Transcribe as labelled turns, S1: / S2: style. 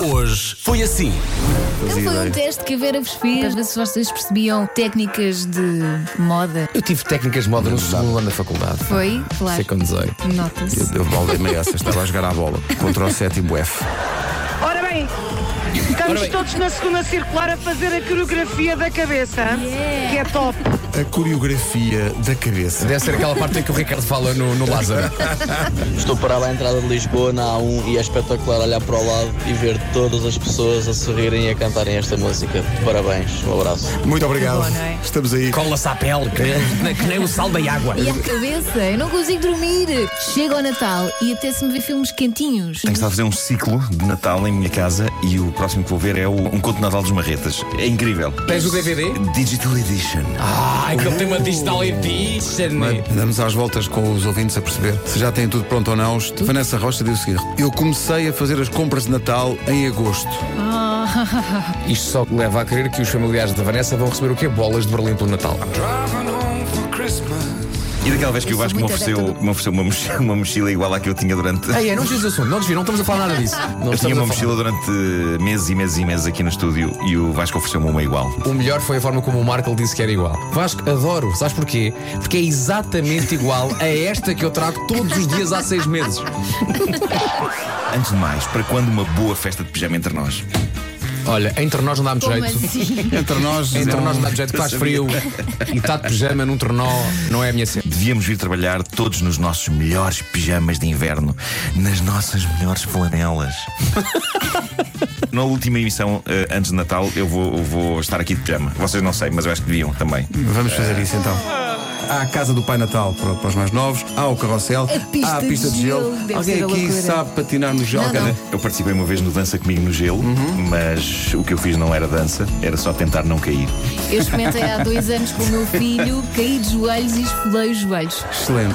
S1: Hoje foi assim.
S2: Então foi um
S3: ideia.
S2: teste que a Vera vos fez para ver se vocês percebiam técnicas de moda.
S4: Eu tive técnicas de moda no segundo ano da faculdade.
S2: Foi, claro.
S4: Sei com 18.
S2: Nota-se.
S3: Eu voltei meia essa, estava a jogar à bola contra o sétimo F.
S5: Ora bem, estamos todos na segunda circular a fazer a coreografia da cabeça, que é top.
S6: A coreografia da cabeça.
S4: Deve ser aquela parte em que o Ricardo fala no, no Lázaro.
S7: Estou parado à entrada de Lisboa na A1 e é espetacular olhar para o lado e ver todas as pessoas a sorrirem e a cantarem esta música. Parabéns, um abraço.
S6: Muito obrigado.
S2: Muito bom, não é?
S6: Estamos aí.
S1: Cola-se à pele, que nem, que nem o sal da água.
S2: E a cabeça, eu não consigo dormir. Chega ao Natal e apetece-me ver filmes quentinhos.
S8: Tenho estado a fazer um ciclo de Natal em minha casa e o próximo que vou ver é o, um conto de Natal dos Marretas. É incrível.
S4: Tens o DVD?
S8: Digital Edition.
S1: Ai, que ele tem uma digital
S4: né?
S1: edition.
S3: Damos às voltas com os ouvintes a perceber se já têm tudo pronto ou não. Este- Vanessa Rocha diz o seguinte: Eu comecei a fazer as compras de Natal em agosto.
S4: Ah. Isto só leva a crer que os familiares da Vanessa vão receber o quê? Bolas de Berlim pelo Natal.
S8: E daquela vez que o
S2: Eu sou
S8: Vasco me
S2: muito
S8: ofereceu,
S2: adepta do-
S8: me ofereceu uma, mochila, uma mochila igual à que eu tinha durante.
S4: Ei, ei, não desvies o assunto, não desvies, não estamos a falar nada disso. Não
S8: Eu
S4: estamos
S8: tinha
S4: a
S8: uma
S4: falar.
S8: mochila durante meses e meses e meses aqui no estúdio e o Vasco ofereceu-me uma igual.
S4: O melhor foi a forma como o Marco lhe disse que era igual. Vasco, adoro. Sabes porquê? Porque é exatamente igual a esta que eu trago todos os dias há seis meses.
S8: Antes de mais, para quando uma boa festa de pijama entre nós?
S4: Olha, entre nós não dá muito
S2: Como
S4: jeito.
S2: assim?
S3: Entre nós.
S4: Entre
S3: não-
S4: nós não dá muito jeito que faz frio e está de pijama num tornó, não é a minha cena.
S8: Devíamos vir trabalhar todos nos nossos melhores pijamas de inverno, nas nossas melhores flanelas. Na última emissão, eh, antes de Natal, eu vou, eu vou estar aqui de pijama. Vocês não sei, mas eu acho que deviam também.
S3: Vamos fazer isso então. Há a casa do Pai Natal para, para os mais novos, há o carrossel,
S2: Ah. A pista
S3: há a
S2: de
S3: pista de gelo.
S2: gelo, deve
S3: Alguém
S2: ser a
S3: aqui
S2: loucura.
S3: sabe patinar no gelo?
S2: Não,
S3: Alguém-
S2: não.
S8: Eu participei uma vez no Dança Comigo no Gelo, mas o que eu fiz não era dança, era só tentar não cair.
S2: Eu experimentei há dois anos com o meu filho, caí de joelhos e esfolei os joelhos.
S3: Excelente.